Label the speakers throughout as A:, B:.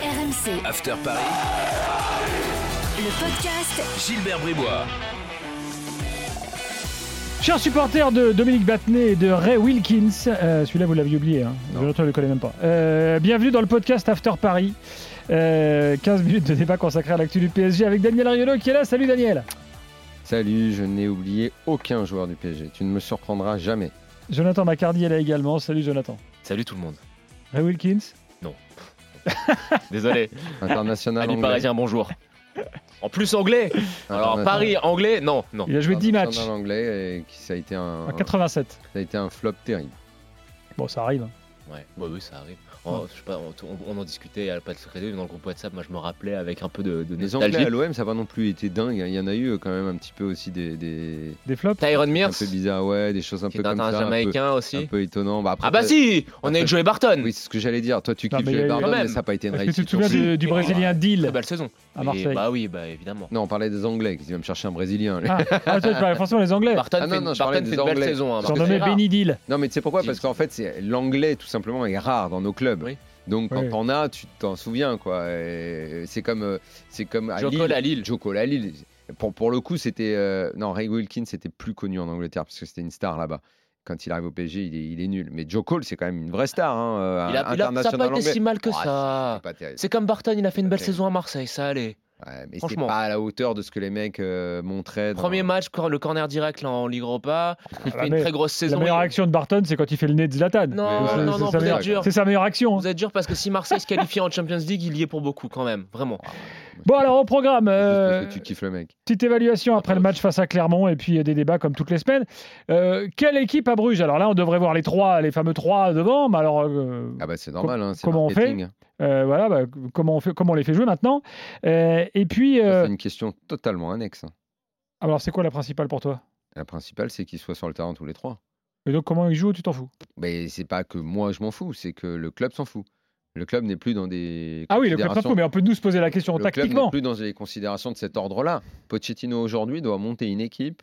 A: RMC,
B: After Paris,
A: le podcast
B: Gilbert Bribois.
C: Chers supporters de Dominique Battenet et de Ray Wilkins, euh, celui-là vous l'aviez oublié, hein. Jonathan ne le connaît même pas. Euh, bienvenue dans le podcast After Paris. Euh, 15 minutes de débat consacré à l'actu du PSG avec Daniel Riolo qui est là. Salut Daniel.
D: Salut, je n'ai oublié aucun joueur du PSG. Tu ne me surprendras jamais.
C: Jonathan Macardy est là également. Salut Jonathan.
E: Salut tout le monde.
C: Ray Wilkins.
E: Désolé.
D: International
E: Ami
D: anglais.
E: parisien, bonjour. En plus anglais.
D: Ah,
E: Alors
D: International-
E: Paris anglais, non, non.
C: Il a joué 10 matchs
D: International anglais et qui, ça, a été un,
C: en 87.
D: ça a été un flop terrible.
C: Bon, ça arrive. hein.
E: Ouais, ouais, oui, ça arrive. Oh, je sais pas, on, on- on en discutait euh, à Patrick Rédé dans le groupe WhatsApp. Moi, je me rappelais avec un peu de, de
D: Les
E: nostalgie.
D: Anglais à l'OM, ça n'a pas non plus été dingue. hein. Il y en a eu euh, quand même un petit peu aussi des, des-
C: Des flops.
E: Tyron
D: un
E: Mears,
D: peu bizarres, ouais, des choses un
E: qui
D: peu
E: est
D: comme
E: un
D: ça, un peu,
E: Jamaïcain
D: un
E: aussi.
D: peu étonnant. Bah, après,
E: Ah bah si, on est
D: Après-
E: avec Joey Barton.
D: Oui, c'est ce que j'allais dire. Toi, tu
C: Non,
D: kiffes
C: mais il y a
D: Joey
C: eu-
D: Barton,
E: Quand
D: mais
E: même.
D: ça n'a pas été une
C: Est-ce que tu
D: réussite.
C: te souviens
D: pour lui.
C: du, du Brésilien Deal
E: Très belle saison.
C: à
E: Et-
C: Marseille
E: bah oui, bah évidemment.
D: Non, on parlait des Anglais. Ils vont me chercher un Brésilien. lui.
C: Ah, ah, toi, tu parlais forcément les Anglais.
E: Barton
D: Ah non,
E: fait,
D: non, je
E: Barton
D: parlais des
E: fait une belle
D: Anglais.
E: saison. hein,
C: Ils sont
E: Barton.
C: nommés Benny Deal.
D: Non, mais tu sais pourquoi Parce
E: Dis-
D: qu'en fait, c'est- l'anglais, tout simplement, est rare dans nos clubs.
E: Oui.
D: Donc, quand
C: Oui.
D: t'en as, tu t'en souviens, quoi. Et C'est comme, euh, c'est comme à
E: Joe
D: Lille.
E: Cole à Lille.
D: Joe Cole à Lille. Pour, pour le coup, c'était. euh, non, Ray Wilkins était plus connu en Angleterre parce que c'était une star là-bas. Quand il arrive au PSG, il est, il est nul. Mais Joe Cole, c'est quand même une vraie star. Hein, euh,
E: Il a, il a- ça n'a
D: international
E: pas été
D: anglais.
E: si mal que
D: Ouais,
E: ça.
D: C'est pas terrible.
E: C'est comme Barton, il a fait une belle
D: Ok.
E: saison à Marseille, ça allait.
D: Ouais, mais c'est
E: franchement.
D: pas à la hauteur de ce que les mecs euh, montraient. dans-
E: Premier match, cor- le corner direct là, en Ligue Europa.
D: Ah,
C: la
E: Il fait une
C: meilleure-
E: très grosse
C: La
E: saison.
C: meilleure
E: Il-
C: action de Barton, c'est quand il fait le nez de Zlatan.
E: Non,
D: voilà,
E: non,
C: c'est
E: non,
C: sa
E: vous
C: meilleure-
E: êtes dur.
C: C'est sa meilleure action. hein.
E: Vous êtes dur parce que si Marseille se qualifie en Champions League, il y est pour beaucoup quand même, vraiment.
D: Ah,
C: Bon, alors au programme.
D: Parce
C: euh,
D: que tu kiffes le mec.
C: Petite évaluation après le match face à Clermont et puis euh, des débats comme toutes les semaines. Euh, quelle équipe à Bruges Alors là, on devrait voir les trois, les fameux trois devant. Mais alors, euh,
D: Ah bah c'est normal, hein, c'est
C: comment on fait
D: marketing.
C: euh, voilà, bah, comment, on fait, comment on les fait jouer maintenant Euh, Et puis,
D: Ça,
C: euh,
D: C'est une question totalement annexe. hein.
C: alors c'est quoi la principale pour toi
D: La principale, c'est qu'ils soient sur le terrain tous les trois.
C: Et donc, comment ils jouent Tu t'en fous
D: Mais c'est pas que moi je m'en fous, c'est que le club s'en fout. Le club n'est plus dans des.
C: Ah oui, le club s'en
D: considérations-
C: fout, mais on peut nous se poser la question
D: Le club n'est
C: tactiquement.
D: plus dans les considérations de cet ordre-là. Pochettino aujourd'hui doit monter une équipe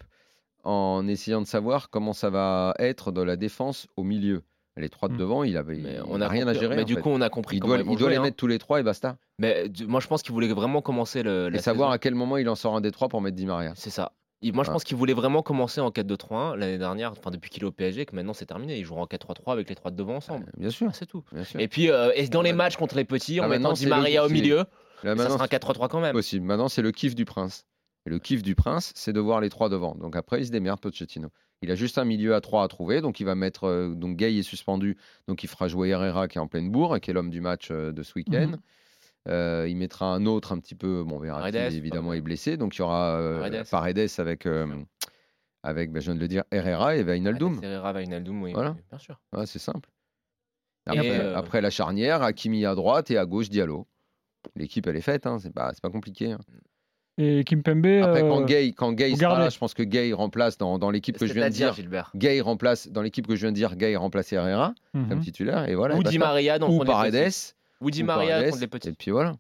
D: en essayant de savoir comment ça va être de la défense au milieu. Les trois de
C: Mm.
D: devant, il avait,
E: Mais
D: il
E: on
D: a
E: a
D: rien à
E: compris-
D: gérer.
E: Mais
D: en
E: du
D: fait.
E: coup, on a compris
D: il
E: comment
D: doit,
E: ils vont
D: il doit
E: jouer,
D: les
E: hein.
D: mettre tous les trois et basta.
E: Mais du- moi, je pense qu'ils voulaient vraiment commencer le.
D: et
E: la
D: savoir
E: saison.
D: à Ah. quel moment il en sort un des trois pour mettre Di Maria.
E: C'est ça. Il- moi, je
D: Ouais.
E: pense qu'ils voulaient vraiment commencer en 4-2-3-1 l'année dernière, enfin depuis qu'il est au PSG, que maintenant c'est terminé. Ils joueront en 4-3-3 avec les trois de devant ensemble. Ah,
D: Bien sûr.
E: C'est tout.
D: Bien sûr.
E: Et puis, euh, et dans
D: Ah,
E: les
D: bah,
E: matchs contre les petits,
D: ah,
E: en
D: maintenant,
E: mettant Di
D: c'est
E: Maria au
D: logique,
E: milieu,
D: Là,
E: et ça
D: maintenant,
E: sera un 4-3-3 quand même.
D: possible. Maintenant, Ah, bah, c'est le kiff du prince. Et le kiff du prince, c'est de voir les trois devant. Donc après, il se démerde, Pochettino. Il a juste un milieu à trois à trouver, donc il va mettre. euh, donc Gay est suspendu, donc il fera jouer Herrera qui est en pleine bourre, qui est l'homme du match euh, de ce week-end.
C: Mhm.
D: Euh, il mettra un autre un petit peu. Bon, Verratti
E: Paredes,
D: évidemment
E: pardon.
D: est blessé, donc il y aura euh,
E: Paredes.
D: Paredes. avec euh, avec, ben, je viens de le dire, Herrera et Wijnaldum.
E: Alex Herrera, Wijnaldum, oui,
D: Voilà.
E: oui, bien sûr.
D: Ouais, c'est simple.
E: Et,
D: Après,
E: euh,
D: après la charnière, Hakimi à droite et à gauche Diallo. L'équipe elle est faite, hein, c'est pas c'est pas compliqué. hein.
C: Et Kim Pembe. euh,
D: Après, quand Gay, quand Gay
C: vous
D: sera là,
C: gardez.
D: je pense que Gay remplace dans, dans l'équipe que je viens de
E: C'est-à-dire,
D: dire.
E: Gilbert.
D: Gay remplace dans l'équipe que je viens de dire. Gay remplace Herrera
C: mhm.
D: comme titulaire et voilà.
E: Bah, Ou
D: et
E: Di
D: basta.
E: Maria dans
D: ou
E: contre les petits.
D: Paredes.
E: Ou Di
D: ou
E: Maria
D: Paredes,
E: contre les petits.
D: Et puis voilà.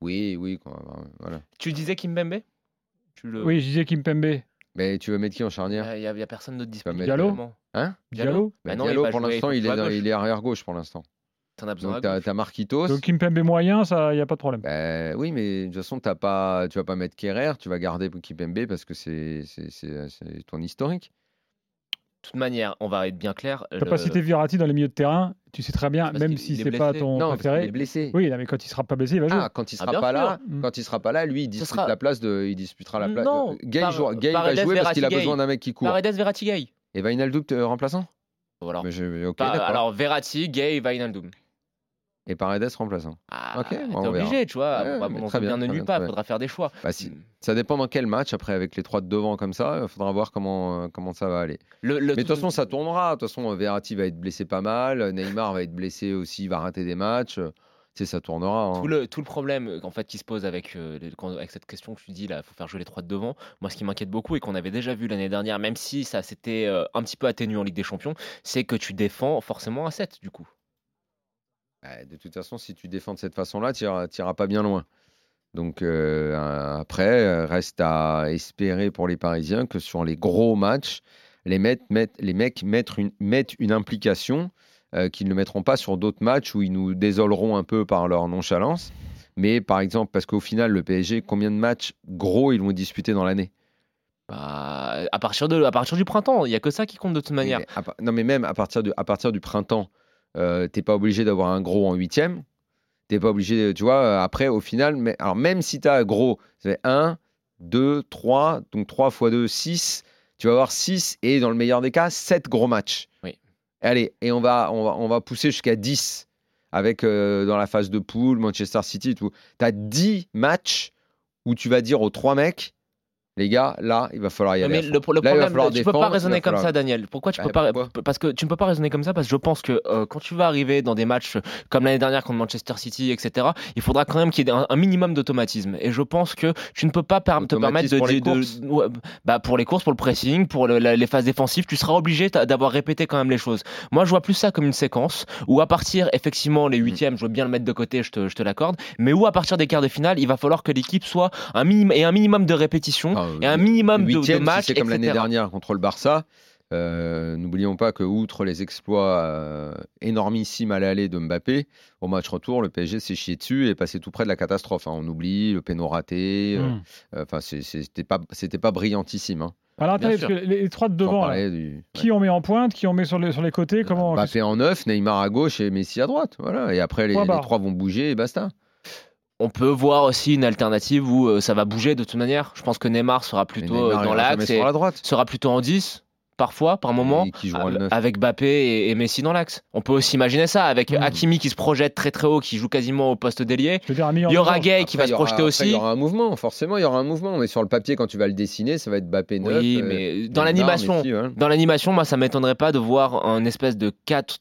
D: Oui, oui. quoi, bah, voilà.
E: Tu disais Kimpembe tu
D: euh,
E: le...
C: Oui, je disais Kim Pembe.
D: Mais tu veux mettre qui en charnière
E: Il n'y a, y a personne d'autre
D: vas
E: disponible.
D: mettre
C: Diallo
E: vraiment.
D: Hein
C: Diallo.
D: Bah,
E: Bah non,
D: Diallo,
E: il va
D: pour
E: jouer-
D: l'instant,
E: il
D: il, est
E: faut jouer à
D: dans-
E: gauche.
D: il est arrière gauche pour l'instant.
E: T'en as besoin.
D: Donc
E: à
D: t'as
E: gauche.
D: as Marquitos.
C: Donc, Kim Pembe moyen, ça, il n'y a pas de problème.
D: Bah, oui, mais de toute façon, t'as pas, tu vas pas mettre Kerrer, tu vas garder Kipembe parce que c'est c'est- c'est- c'est ton historique.
E: De toute manière, on va être bien clair.
C: Tu n'as
D: euh,
C: pas cité Virati dans les milieux de terrain, tu sais très bien,
E: Parce
C: même
E: qu'il-
C: si
E: il est
C: c'est pas
E: blessé.
C: ton
D: non, parce qu'il
C: préféré.
D: est blessé.
C: Oui, non, mais quand il sera pas blessé, il va jouer.
D: Ah, quand il
E: Ah,
D: sera
E: bien
D: pas
E: sûr.
D: là,
C: Mm.
D: quand il sera pas là, lui, il dispute
E: sera-
D: la place de, il disputera la place.
E: Non,
D: Gay,
E: par-
D: joue- Gay va
E: Paredes,
D: jouer parce qu'il a
E: Verratti,
D: besoin d'un mec qui court.
E: Paredes, Verratti, Gay.
D: Et Vinaldoop euh, remplaçant.
E: Bon, alors,
D: Mais je- ok,
E: pas-
D: d'accord.
E: alors Verratti, Gay, Wijnaldum.
D: Et Paredes remplaçant.
E: Ah,
D: Ok,
E: t'es
D: bon, on verra.
E: obligé, tu vois.
D: Ouais,
E: Bah,
D: mais
E: on
D: très
E: se
D: bien,
E: bien ne
D: très
E: nuit
D: bien,
E: pas,
D: très
E: faudra faire des choix.
D: Bah, si- Ça dépend dans quel match. Après, avec les trois de devant comme ça, il faudra voir comment euh, comment ça va aller.
E: Le, le-
D: Mais de toute façon, ça tournera. De toute façon, euh, Verratti va être blessé pas mal. euh, Neymar va être blessé aussi. Il va rater des matchs. Euh, Tu sais, ça tournera. hein.
E: Tout le, tout le problème euh, en fait, qui se pose avec, euh, le- quand- avec cette question que tu dis, là, faut faire jouer les trois de devant, moi ce qui m'inquiète beaucoup et qu'on avait déjà vu l'année dernière, même si ça s'était euh, un petit peu atténué en Ligue des Champions, c'est que tu défends forcément à 7 du coup.
D: Bah, de toute façon, si tu défends de cette façon-là, tu n'iras pas bien loin. Donc euh, euh, après, euh, reste à espérer pour les Parisiens que sur les gros matchs, les, mettent- mettent- les mecs mettent une, mettent une implication euh, qu'ils ne mettront pas sur d'autres matchs où ils nous désoleront un peu par leur nonchalance. Mais par exemple, parce qu'au final, le PSG, combien de matchs gros ils vont disputer dans l'année
E: Bah, à, partir de, à partir du printemps, il n'y a que ça qui compte de toute manière.
D: Mais à pa- Non, mais même à partir, de, à partir du printemps, euh, t'es pas obligé d'avoir un gros en huitième. T'es pas obligé, tu vois, euh, après, au final, mais, alors même si t'as un gros, c'est 1, 2, 3, donc 3 x 2, 6, tu vas avoir 6 et dans le meilleur des cas, 7 gros matchs.
E: Oui.
D: Allez, et on va, on va, on va pousser jusqu'à 10 avec euh, dans la phase de poule, Manchester City et tout. T'as 10 matchs où tu vas dire aux trois mecs, les gars, là, il va falloir y
E: Non,
D: aller. à
E: mais
D: fond.
E: le, le
D: Là, il va
E: problème,
D: falloir
E: tu peux
D: défendre,
E: pas
D: il va
E: raisonner comme
D: falloir-
E: ça, Daniel. Pourquoi tu
D: Bah,
E: peux pas
D: pourquoi
E: Parce que tu ne peux pas raisonner comme ça parce que je pense que euh, quand tu vas arriver dans des matchs comme l'année dernière contre Manchester City, etc. Il faudra quand même qu'il y ait un, un minimum d'automatisme. Et je pense que tu ne peux pas par- te
D: Automatisme
E: permettre de,
D: pour les
E: de- de-
D: courses
E: ouais, bah, pour les courses, pour le pressing, pour le- la- les phases défensives, tu seras obligé t'as- d'avoir répété quand même les choses. Moi, je vois plus ça comme une séquence où à partir effectivement
D: Mm.
E: les huitièmes, je veux bien le mettre de côté, je te, je te l'accorde, mais où à partir des quarts de finale, il va falloir que l'équipe soit un minimum et un minimum de répétition
D: Ah,
E: et un minimum de- de,
D: Huitième, si
E: matchs,
D: c'est comme l'année
E: etc..
D: dernière contre le Barça. euh, N'oublions pas que, outre les exploits euh, énormissimes à l'aller de Mbappé, au match retour, le PSG s'est chié dessus et est passé tout près de la catastrophe. hein. On oublie le péno raté. euh,
C: Hmm.
D: euh, Enfin, c'est- c'était pas, c'était pas brillantissime. Hein.
C: Alors attendez,
E: Bien
C: parce que les, les trois de
D: Sans
C: devant, là, Oh,
D: parler Bah, du-
C: qui on met en pointe, qui on met sur les, sur les côtés, comment
D: Mbappé en neuf, Neymar à gauche et Messi à droite. Voilà. Et après, les,
C: Point
D: les
C: barre.
D: trois vont bouger et basta.
E: On peut voir aussi une alternative où euh, ça va bouger de toute manière. Je pense que Neymar sera
D: Mais
E: plutôt
D: Neymar
E: euh, dans
D: ira jamais
E: l'axe et
D: sur la droite.
E: sera plutôt en 10 parfois par moment
D: Et qui jouera le
E: av-
D: neuf.
E: avec Bappé et, et Messi dans l'axe. On peut aussi imaginer ça avec
D: Hmm.
C: Mhm.
E: Hakimi qui se projette très très haut qui joue quasiment au poste d'ailier.
C: Je veux dire, un
E: Il
C: million
E: y aura
C: de gens.
E: Gay qui va
D: Après, il y
E: se
D: aura-
E: projeter
D: après,
E: aussi.
D: Il y aura un mouvement, forcément, il y aura un mouvement. Mais sur le papier, quand tu vas le dessiner, ça va être Mbappé neuf.
E: Oui,
D: euh,
E: mais dans
D: Neymar,
E: l'animation,
D: Messi, ouais.
E: Dans l'animation, moi, ça m'étonnerait pas de voir un espèce de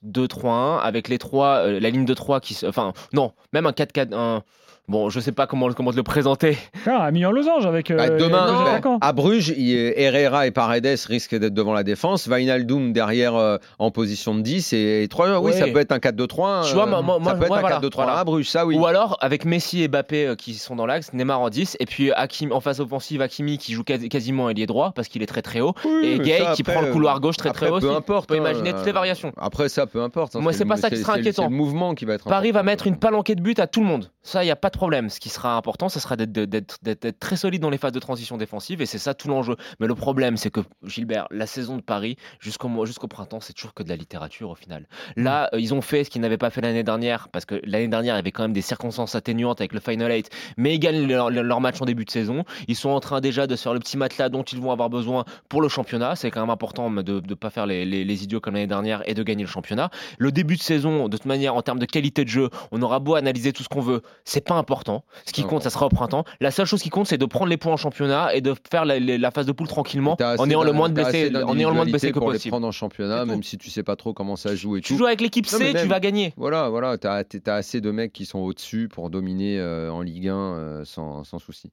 E: 4-2-3-1 avec les trois, euh, la ligne de 3 qui se. Enfin, non, même un 4-4. Un... Bon, je sais pas comment, comment te le présenter.
C: Ah, un million de losange avec euh,
D: Bah,
C: les
D: demain,
C: deux
E: non.
C: attaquants.
D: à Bruges, il y a Herrera et Paredes risquent d'être devant la défense. Vainaldoum derrière euh, en position de 10 et, 3 Oui,
E: Ouais.
D: ça peut être un 4-2-3.
E: Tu vois,
D: euh,
E: moi- moi-
D: ça
E: moi,
D: peut être
E: ouais,
D: un
E: voilà,
D: 4-2-3
E: voilà.
D: à Bruges, ça oui.
E: Ou alors avec Messi et Mbappé euh, qui sont dans l'axe, Neymar en 10, et puis euh, Hakimi, en face offensive, Hakimi qui joue quasi- quasiment ailier droit parce qu'il est très très haut, et Gay qui prend le couloir gauche très très haut.
D: euh, Peu
E: aussi.
D: importe.
E: On peut imaginer
D: hein,
E: toutes les variations.
D: Après ça, peu importe.
E: Moi, c'est
D: le
E: pas
D: mou-
E: ça qui sera
D: c'est le-
E: inquiétant.
D: C'est le mouvement qui va être.
E: Paris va
D: important.
E: mettre une palanquée de buts à tout le monde. Ça, il n'y a pas de problème. Ce qui sera important, ce sera d'être- d'être- d'être d'être- d'être très solide dans les phases de transition défensive et c'est ça tout l'enjeu. Mais le problème, c'est que, Gilbert, la saison de Paris, jusqu'au mois- jusqu'au printemps, c'est toujours que de la littérature au final. Là, euh, ils ont fait ce qu'ils n'avaient pas fait l'année dernière parce que l'année dernière, il y avait quand même des circonstances atténuantes avec le Final 8, mais ils gagnent leur, leur match en début de saison. Ils sont en train déjà de se faire le petit matelas dont ils vont avoir besoin pour le championnat. C'est quand même important de ne pas faire les- les- les idiots comme l'année dernière et de gagner le championnat. Le début de saison, de toute manière, en termes de qualité de jeu, on aura beau analyser tout ce qu'on veut, c'est pas important. Ce qui
D: Non.
E: compte, ça sera au printemps. La seule chose qui compte, c'est de prendre les points en championnat et de faire la, la- la phase de poule tranquillement,
D: T'as
E: en
D: assez
E: ayant le
D: d'in-
E: moins de
D: t'as assez
E: blessés, en ayant le moins de blessés
D: d'individualité
E: que
D: pour les
E: possible.
D: prendre en championnat,
E: C'est
D: même
E: tout.
D: si tu sais pas trop comment ça joue et
E: Tu
D: tout.
E: joues avec l'équipe
D: Non,
E: C,
D: mais
E: tu
D: même-
E: vas gagner.
D: Voilà, voilà, t'as as, assez de mecs qui sont au-dessus pour dominer euh, en Ligue 1 euh, sans, sans souci.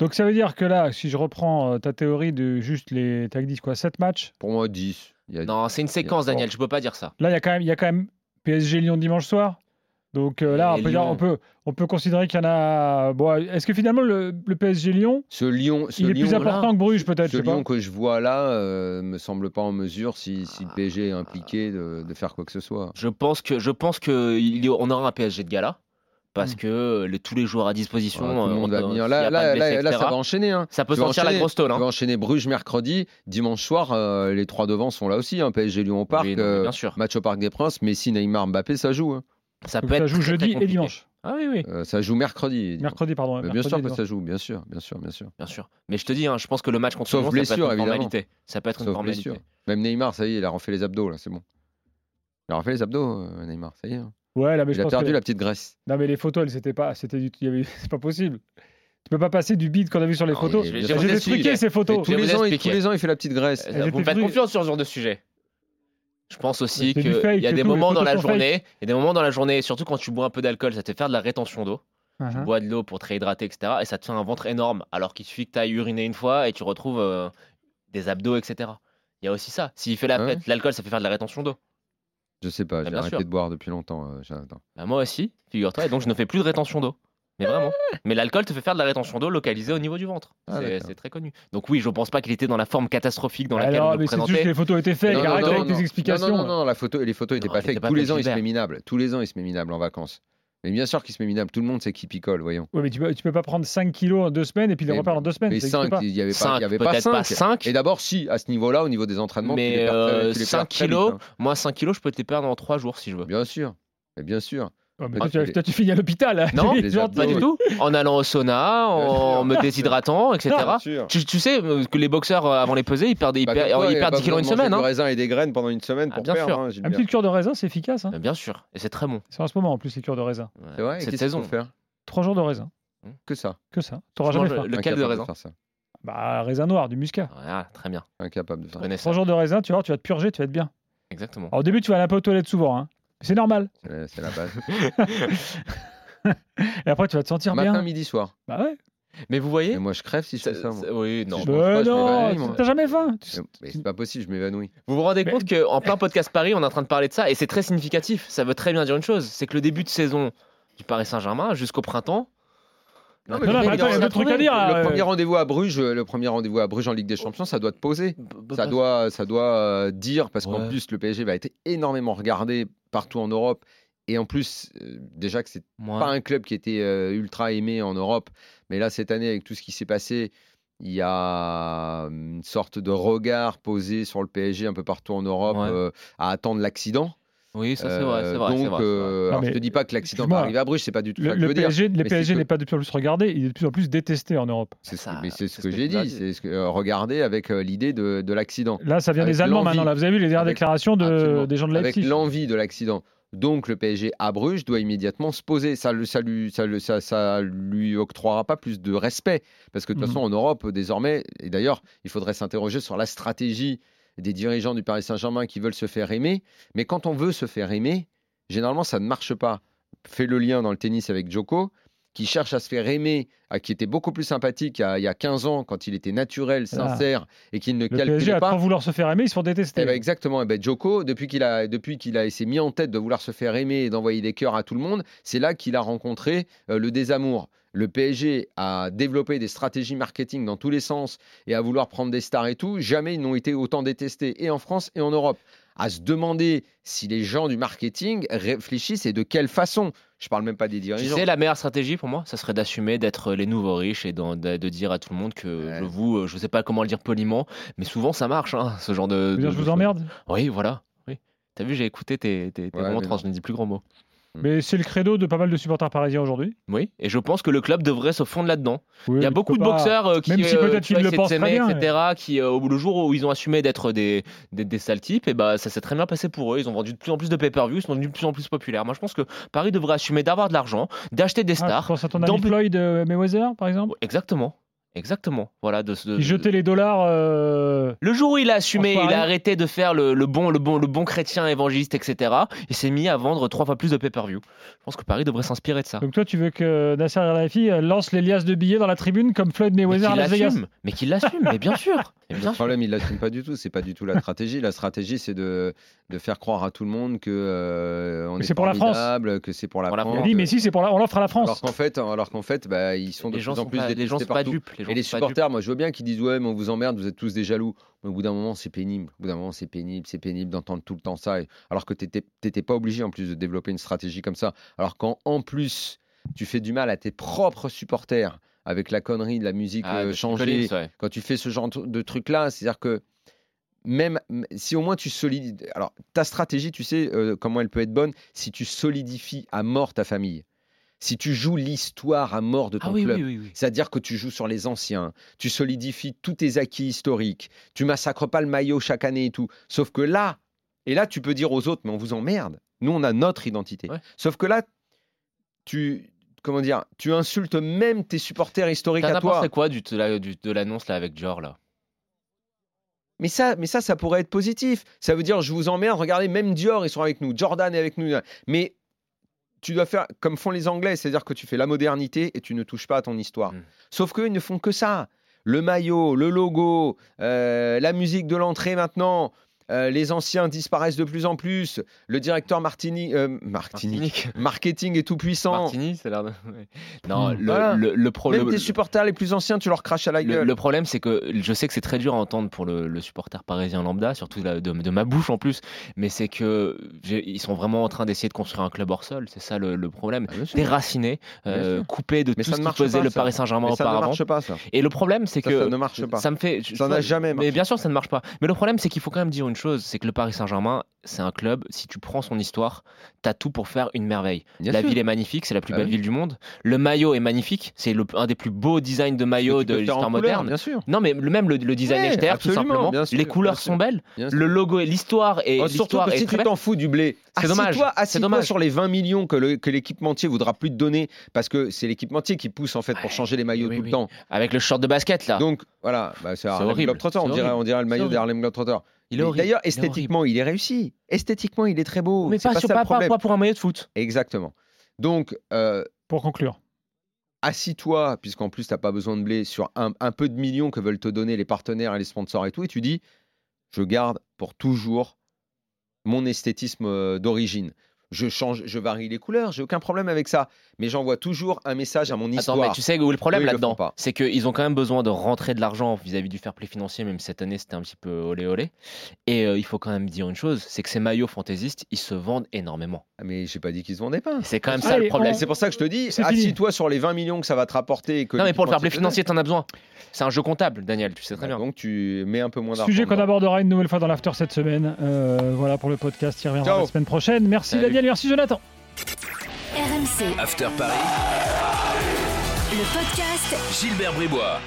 C: Donc ça veut dire que là, si je reprends euh, ta théorie de juste les tag 10, quoi, 7 matchs,
D: Pour moi, 10. Il y a-
E: Non, c'est une séquence,
D: Bon.
E: Daniel. Je peux pas dire ça.
C: là, il y a quand même, il y a quand même PSG Lyon dimanche soir. Donc euh, là,
E: Et
C: on peut, dire-
E: Lyon.
C: on, peut, on peut considérer qu'il y en a. Bon, est-ce que finalement le, le PSG Lyon,
D: Ce Lyon, ce
C: il est
D: Lyon,
C: plus
D: là,
C: important que Bruges peut-être, je
D: ce
C: sais pas.
D: Lyon que je vois là euh, me semble pas en mesure, si, si le
E: Ah,
D: PSG est
E: euh,
D: impliqué, de, de faire quoi que ce soit.
E: Je pense que je pense que il y- on aura un PSG de gala parce
C: Mm.
E: que les- tous les joueurs à disposition.
D: Voilà, Hmm. tout le
E: euh,
D: monde
E: on-
D: va venir.
E: s'il y
D: Là,
E: a pas de
D: là,
E: blessés,
D: là, là, ça
E: etc.,
D: va enchaîner. hein.
E: ça peut
D: Tu vas
E: sentir la
D: enchaîner.
E: grosse tôle.
D: Tu
E: hein.
D: vas enchaîner Bruges mercredi. Dimanche soir, euh, les trois devants sont là aussi. hein. PSG Lyon au parc.
E: Oui, non, mais
D: euh,
E: bien sûr.
D: match au Parc des Princes. Messi, Neymar, Mbappé, ça joue. hein.
E: Ça
C: Donc,
E: peut
C: ça
E: être
C: joue
E: très, très
C: jeudi et
E: compliqué.
C: dimanche.
E: Ah oui, oui.
D: Euh, ça joue mercredi.
C: Mercredi, pardon.
D: Mais bien
C: mercredi
D: sûr
C: et
D: que
C: dimanche.
D: ça joue, bien sûr, bien sûr, bien sûr.
E: Bien sûr. Mais je te dis, hein, je pense que le match contre
D: Sauf
E: Lyon, ça peut
D: blessure,
E: être une
D: évidemment.
E: formalité. Ça peut être une
D: Sauf
E: formalité.
D: blessure. Même Neymar, ça y est, il a refait les abdos, là, c'est bon. Il a refait les abdos, euh, Neymar, ça y est. hein.
C: Ouais, là, mais je
D: Il a
C: pense
D: perdu
C: que-
D: la petite graisse.
C: Non, mais les photos, elles, c'était pas, c'était du, il y avait- c'est pas possible. Tu peux pas passer du bide qu'on a vu sur les
E: Non,
C: photos.
E: mais
D: je-
C: J'ai
D: je vous explique.
C: expliqué ces
D: Et
C: photos.
D: tous,
E: Je vais
D: les
E: vous
D: ans, il, tous
E: expliquer.
D: les ans, il fait la petite graisse.
E: Euh,
C: j'ai
E: Vous me
C: plus
E: faites
C: cru-
E: confiance sur ce genre de sujet. Je pense aussi
C: C'est
E: qu'il
C: du fake
E: y a
C: et
E: des
C: tout,
E: moments
C: les
E: dans la
C: photos sont fake.
E: journée, il y a des moments dans la journée, surtout quand tu bois un peu d'alcool, ça te fait faire de la rétention d'eau.
C: Ah,
E: Tu
C: hein.
E: bois de l'eau pour te réhydrater, etc. Et ça te fait un ventre énorme, alors qu'il suffit que tu ailles uriner une fois et tu retrouves euh, des abdos, etc. Il y a aussi ça. S'il fait la
D: Hein
E: fête, l'alcool, ça fait faire de la rétention d'eau.
D: Je sais pas,
E: Ah,
D: j'ai
E: bien
D: arrêté
E: sûr.
D: de boire depuis longtemps, euh, Jonathan.
E: Bah, moi aussi, figure-toi, et donc je ne fais plus de rétention d'eau. Mais vraiment. Mais l'alcool te fait faire de la rétention d'eau localisée au niveau du ventre.
D: Ah,
E: C'est-
D: d'accord.
E: c'est très connu. Donc oui, je pense pas qu'il était dans la forme catastrophique dans laquelle on
C: Alors,
E: le
C: mais c'est juste que
E: présentait.
C: les photos étaient faites.
E: Non, non,
C: Arrête
E: non,
C: avec
E: non.
C: des
D: Non, non,
C: explications.
D: non, non, la photo, les photos étaient
E: Non,
D: pas
E: elle était
D: faites.
E: pas
D: Tous les
E: faite,
D: ans, il se
E: Gilbert.
D: met minable. Tous les ans, il se met minable en vacances. Mais bien sûr qu'il se met minable. Tout le monde sait qu'il picole, voyons.
C: Ouais, mais tu peux, tu peux pas prendre 5 kilos en deux semaines et puis les
D: Mais-
C: reparler en deux semaines.
D: Mais
C: ça existe
D: 5,
C: pas.
D: il n'y avait pas,
E: Cinq,
D: il y avait pas
E: peut-être
D: 5.
E: pas cinq.
D: Et d'abord, si, à ce niveau-là, au niveau des entraînements, tu les
E: Mais
D: perds très-
E: euh,
D: tu les perds
E: 5
D: très vite,
E: kilos,
D: hein.
E: moi 5 kilos, je peux te les perdre en 3 jours si je veux.
D: Bien sûr. Mais bien sûr.
C: Ouais, mais
D: Ah,
C: toi, tu,
D: les-
C: toi, tu finis à l'hôpital. là.
E: Non,
C: Tu
D: les
C: dis, genre,
D: abdos,
E: Pas
D: Oui.
E: du tout. En allant au sauna,
D: Bien
E: en
D: sûr.
E: me déshydratant, etc.
D: Bien sûr.
E: Tu, tu sais euh, que les boxeurs, euh, avant les peser, ils perdent, ils
D: Bah,
E: perdent-
D: comme quoi, il
E: ils
D: y a
E: perdent
D: pas
E: 10 kilos en une
D: besoin de manger
E: semaine.
D: Du
E: hein.
D: raisin et des graines pendant une semaine
E: Ah,
D: pour
E: bien
D: perdre.
E: sûr.
D: hein, Gilbert.
C: Une petite cure de raisin, c'est efficace. hein.
E: Euh, Bien sûr, et c'est très bon.
C: C'est en ce moment en plus les cures de raisin.
D: C'est vrai. Qu'est-ce
E: Cette
D: qu'il
E: saison.
D: faut faire
C: Trois jours de raisin.
D: Que ça.
C: Que ça. T'auras
E: Je
C: jamais
E: mange
C: faim.
E: Lequel
D: Incapable
E: de raisin
D: faire ça.
C: Bah, raisin noir, du muscat.
E: Voilà, très bien.
D: Incapable de
E: Je
D: faire ça.
E: connais ça.
C: Trois jours de raisin, tu vois, tu vas te purger, tu vas être bien.
E: Exactement.
C: Alors, au début, tu vas aller un peu aux toilettes souvent. hein. C'est normal.
D: C'est la- C'est la base.
C: Et après, tu vas te sentir
D: Matin,
C: bien.
D: midi, soir.
C: Bah ouais.
E: Mais vous voyez
D: Mais moi, je crève si je
E: ça-
D: fais ça. moi.
E: ça- Oui, non.
D: Je mange
C: Bah
D: pas, je m'évanouis,
C: non,
D: moi.
C: t'as jamais faim. Tu-
D: Mais c'est pas possible, je m'évanouis.
E: Vous vous rendez
C: Mais-
E: compte qu'en plein podcast Paris, on est en train de parler de ça, et c'est très significatif. Ça veut très bien dire une chose c'est que le début de saison du Paris Saint-Germain jusqu'au printemps.
D: Non,
C: Non, non, mais attends, il y a d'autres trucs à dire.
E: Ah
C: là,
D: Le
C: euh.
D: premier rendez-vous à Bruges, euh, le premier rendez-vous à Bruges en Ligue des Champions, ça doit te poser. Ça doit, ça doit euh, dire parce qu'en
E: Ouais.
D: plus le PSG va être énormément regardé partout en Europe et en plus euh, déjà que c'est
E: Moi,
D: pas un club qui était euh, ultra aimé en Europe, mais là cette année avec tout ce qui s'est passé, il y a euh, une sorte de regard posé sur le PSG un peu partout en Europe
E: Ouais.
D: euh, à attendre l'accident.
E: Oui, ça c'est vrai,
D: Euh,
E: c'est vrai. c'est
D: donc
E: vrai, c'est vrai.
D: euh,
C: Non,
D: alors, je
C: mais,
D: te dis pas que l'accident
C: excuse-moi.
D: arrive à Bruges, c'est pas du tout
C: Le,
D: ça que je
C: le
D: veux dire.
C: PSG, les
D: c'est
C: PSG
D: que-
C: n'est pas de plus en plus regardé, il est de plus en plus détesté en Europe.
D: C'est ce que-
E: Ça,
D: mais c'est ce
E: c'est
D: que
E: ce que
D: j'ai
E: tu as
D: dit,
E: dit.
D: c'est ce que euh, regardez avec euh, l'idée de, de l'accident,
C: Là, ça vient
D: Avec
C: des Allemands
D: l'envie.
C: maintenant. Là, vous avez vu les dernières
D: Avec-
C: déclarations de,
D: absolument.
C: des gens de
D: avec
C: Leipzig.
D: l'envie de l'accident. Donc le PSG à Bruges doit immédiatement se poser. Ça, le- ça, lui, ça, le- ça, ça lui octroiera pas plus de respect. Parce que de toute
C: Mhm.
D: façon, en Europe, désormais, et d'ailleurs, il faudrait s'interroger sur la stratégie des dirigeants du Paris Saint-Germain qui veulent se faire aimer. Mais quand on veut se faire aimer, généralement, ça ne marche pas. Fais le lien dans le tennis avec Djoko, qui cherche à se faire aimer, à, qui était beaucoup plus sympathique il y a, il y a 15 ans, quand il était naturel,
C: Ah.
D: sincère, et qu'il ne
C: Le PSG,
D: calculait
C: à
D: pas.
C: trop vouloir se faire aimer, ils se font
D: Eh
C: détester.
D: ben, exactement. Eh ben, Joko, depuis qu'il a, depuis qu'il a s'est mis en tête de vouloir se faire aimer et d'envoyer des cœurs à tout le monde, c'est là qu'il a rencontré euh, le désamour. Le PSG a développé des stratégies marketing dans tous les sens et à vouloir prendre des stars et tout. Jamais ils n'ont été autant détestés et en France et en Europe. À se demander si les gens du marketing réfléchissent et de quelle façon. Je parle même pas des
E: Tu
D: dirigeants.
E: sais, la meilleure stratégie pour moi, ça serait d'assumer d'être les nouveaux riches et d'en- de, de dire à tout le monde que
D: Ouais.
E: je vous, euh, je sais pas comment le dire poliment, mais souvent ça marche, hein, ce genre
C: Je
E: de.
C: veux
E: de-
C: dire, je
E: de
C: vous
E: choses.
C: emmerde.
D: Hmm.
E: Oui, voilà. Oui. T'as vu, j'ai écouté tes, tes, tes
D: Ouais,
E: moments
D: mais
E: trans, je ne dis plus grand mot.
C: Mais c'est le credo de pas mal de supporters parisiens aujourd'hui.
E: Oui, et je pense que le club devrait se fondre là-dedans.
C: Oui,
E: Il y a
C: tu
E: beaucoup
C: peux
E: de
C: pas-
E: boxeurs euh, qui,
C: même si
E: euh,
C: peut-être
E: tu
C: ils
E: vois,
C: le
E: essaient de
C: pensent très
E: s'aimer,
C: bien,
E: etc., qui, euh, au- le jour où ils ont assumé d'être des, des, des sales types, et bah, ça s'est très bien passé pour eux. Ils ont vendu de plus en plus de pay-per-view, ils sont devenus de plus en plus populaires. Moi, je pense que Paris devrait assumer d'avoir de l'argent, d'acheter des
C: Ah, je
E: stars.
C: pense à ton ami
E: Dans-
C: Floyd euh, Mayweather, par exemple.
E: Exactement. Exactement. Voilà. De, de-
C: Il jetait les dollars. euh,
E: Le jour où il a assumé,
C: En soirée.
E: il a arrêté de faire le, le bon, le, bon, le bon chrétien évangéliste, etc. Il s'est mis à vendre trois fois plus de pay-per-view. Je pense que Paris devrait s'inspirer de ça.
C: Donc toi, tu veux que Nasser Al-Khelaifi lance les liasses de billets dans la tribune comme Floyd
E: Mais
C: Mayweather à
E: qu'il
C: Las Vegas
E: l'assume, mais qu'il l'assume, mais bien sûr. Mais bien
D: Le
E: sûr.
D: problème, ils ne l'assument pas du tout. C'est pas du tout la stratégie. La stratégie, c'est de, de faire croire à tout le monde que euh, on
C: Que
D: est,
C: c'est pour la France.
D: formidable, que c'est pour la
E: Pour la
D: France.
C: Il a dit, mais si, c'est pour la- on l'offre à la
D: Alors
C: France.
D: qu'en fait, alors qu'en fait, bah, ils sont de
E: les gens
D: plus en
E: sont
D: plus
E: pas, les gens
D: détestés
E: sont pas
D: partout.
E: dupes. Les gens
D: Et les
E: sont pas dupes.
D: supporters, moi, je veux bien qu'ils disent ouais, mais on vous emmerde, vous êtes tous des jaloux. Mais au bout d'un moment, c'est pénible. Au bout d'un moment, c'est pénible, c'est pénible d'entendre tout le temps ça. Et- Alors que t'étais t'étais pas obligé en plus de développer une stratégie comme ça. Alors quand en plus tu fais du mal à tes propres supporters avec la connerie de la musique
E: Ah,
D: euh,
E: de Phil
D: changée,
E: Collins, ouais.
D: quand tu fais ce genre de de truc-là, c'est-à-dire que même m- si au moins tu solidifies. Alors, ta stratégie, tu sais euh, comment elle peut être bonne si tu solidifies à mort ta famille. Si tu joues l'histoire à mort de ton
E: Ah oui,
D: club.
E: oui, oui, oui.
D: C'est-à-dire que tu joues sur les anciens, tu solidifies tous tes acquis historiques, tu massacres pas le maillot chaque année et tout. Sauf que là, et là, tu peux dire aux autres, mais on vous emmerde. Nous, on a notre identité.
E: Ouais.
D: Sauf que là, tu. Comment dire Tu insultes même tes supporters historiques
E: T'en
D: à
E: as
D: toi. Hein
E: pensé quoi du, de la- du- de l'annonce là avec Dior là
D: Mais ça, mais ça, ça pourrait être positif. Ça veut dire, je vous emmerde, regardez, même Dior, ils sont avec nous, Jordan est avec nous. Mais tu dois faire comme font les Anglais, c'est-à-dire que tu fais la modernité et tu ne touches pas à ton histoire.
E: Mm.
D: Sauf qu'eux, ils ne font que ça. Le maillot, le logo, euh, la musique de l'entrée maintenant, Euh, les anciens disparaissent de plus en plus. Le directeur Martini, euh, Martini,
E: Martinique.
D: marketing est tout puissant.
E: Martini, ça a l'air de. ouais. Non,
C: Hmm.
E: le,
D: Voilà.
E: le, le pro-
D: Même
E: le-
D: tes supporters les plus anciens, tu leur craches à la
E: le,
D: gueule.
E: le problème, c'est que je sais que c'est très dur à entendre pour le, le supporter parisien lambda, surtout de, la- de- de ma bouche en plus, mais c'est que j'ai- ils sont vraiment en train d'essayer de construire un club hors sol. C'est ça le, le problème.
D: Ah, bien sûr.
E: Déraciné, euh,
D: Bien sûr.
E: coupé de
D: Mais
E: tout
D: ça ne
E: ce qui
D: marche
E: faisait
D: pas,
E: le
D: ça.
E: Paris Saint-Germain
D: Mais ça ne
E: auparavant.
D: marche pas, ça.
E: Et le problème, c'est
D: Ça,
E: que
D: ça ne marche pas.
E: ça me fait. je-
D: Ça n'a jamais marché.
E: Mais bien sûr, ça ne marche pas. Mais le problème, c'est qu'il faut quand même dire une chose c'est que le Paris Saint-Germain, c'est un club. Si tu prends son histoire, t'as tout pour faire une merveille.
D: Bien
E: la
D: sûr.
E: ville est magnifique, c'est la plus
D: Ah
E: belle
D: oui.
E: ville du monde. Le maillot est magnifique, c'est le- un des plus beaux designs de
D: Tu
E: maillot
D: peux
E: de
D: faire en
E: l'histoire
D: couleur,
E: moderne.
D: Bien sûr.
E: Non, mais le même le, le design
D: Ouais,
E: extérieur, tout
D: absolument,
E: simplement.
D: bien sûr,
E: les couleurs
D: bien sûr.
E: sont belles,
D: Bien sûr.
E: le logo et l'histoire et
D: Oh, surtout
E: l'histoire
D: que
E: est
D: si
E: très
D: tu
E: belle. Ah,
D: t'en fous du blé,
E: C'est
D: assieds-toi-
E: dommage, c'est
D: assieds-toi
E: dommage.
D: sur les 20 millions que, le- que l'équipementier voudra plus te donner parce que c'est l'équipementier qui pousse en fait pour
E: Ouais.
D: changer les maillots
E: Oui,
D: tout
E: oui.
D: le temps.
E: Avec le short de basket là,
D: Donc voilà, bah, c'est Harlem
E: horrible,
D: Globetrotter, on
E: c'est
D: dirait,
E: horrible,
D: on dirait le maillot
E: horrible.
D: des Harlem Globetrotter.
E: il est
D: Mais
E: horrible.
D: D'ailleurs,
E: il est horrible.
D: esthétiquement, il est réussi. Esthétiquement, il est très beau.
E: mais
D: C'est
E: pas,
D: pas
E: sur,
D: ça
E: pas,
D: le
E: pas-
D: problème.
E: pas pour un maillot de foot.
D: Exactement. Donc, euh,
C: Pour conclure.
D: assis-toi, puisqu'en plus, tu n'as pas besoin de blé, sur un, un peu de millions que veulent te donner les partenaires et les sponsors et tout, et tu dis, je garde pour toujours mon esthétisme euh, d'origine. Je change, je varie les couleurs, j'ai aucun problème avec ça. Mais j'envoie toujours un message à mon histoire.
E: Attends, mais tu sais où est le problème
D: Eux, ils le font
E: là-dedans
D: pas.
E: C'est qu'ils ont quand même besoin de rentrer de l'argent vis-à-vis du fair play financier, même cette année c'était un petit peu olé olé. Et euh, il faut quand même dire une chose c'est que ces maillots fantaisistes, ils se vendent énormément.
D: Ah, Mais j'ai pas dit qu'ils se vendaient pas.
E: Et C'est quand même ça
C: Allez,
E: le problème.
C: on-
D: C'est pour ça que je te dis,
C: C'est fini.
D: assis-toi sur les 20 millions que ça va te rapporter. Et que
E: Non, mais pour le fair play
D: l'équipementier te
E: financier, t'en as besoin. C'est un jeu comptable, Daniel, tu sais
D: donne.
E: très
D: Bah,
E: bien.
D: Donc tu mets un peu moins d'argent.
C: Sujet qu'on
D: dedans.
C: abordera une nouvelle fois dans l'after cette semaine. Euh, voilà pour le podcast, il reviendra
D: Ciao.
C: la semaine prochaine. Merci
E: Salut.
C: Daniel, merci Jonathan.
A: RMC,
B: After Paris,
A: le podcast
B: Gilbert Bribois.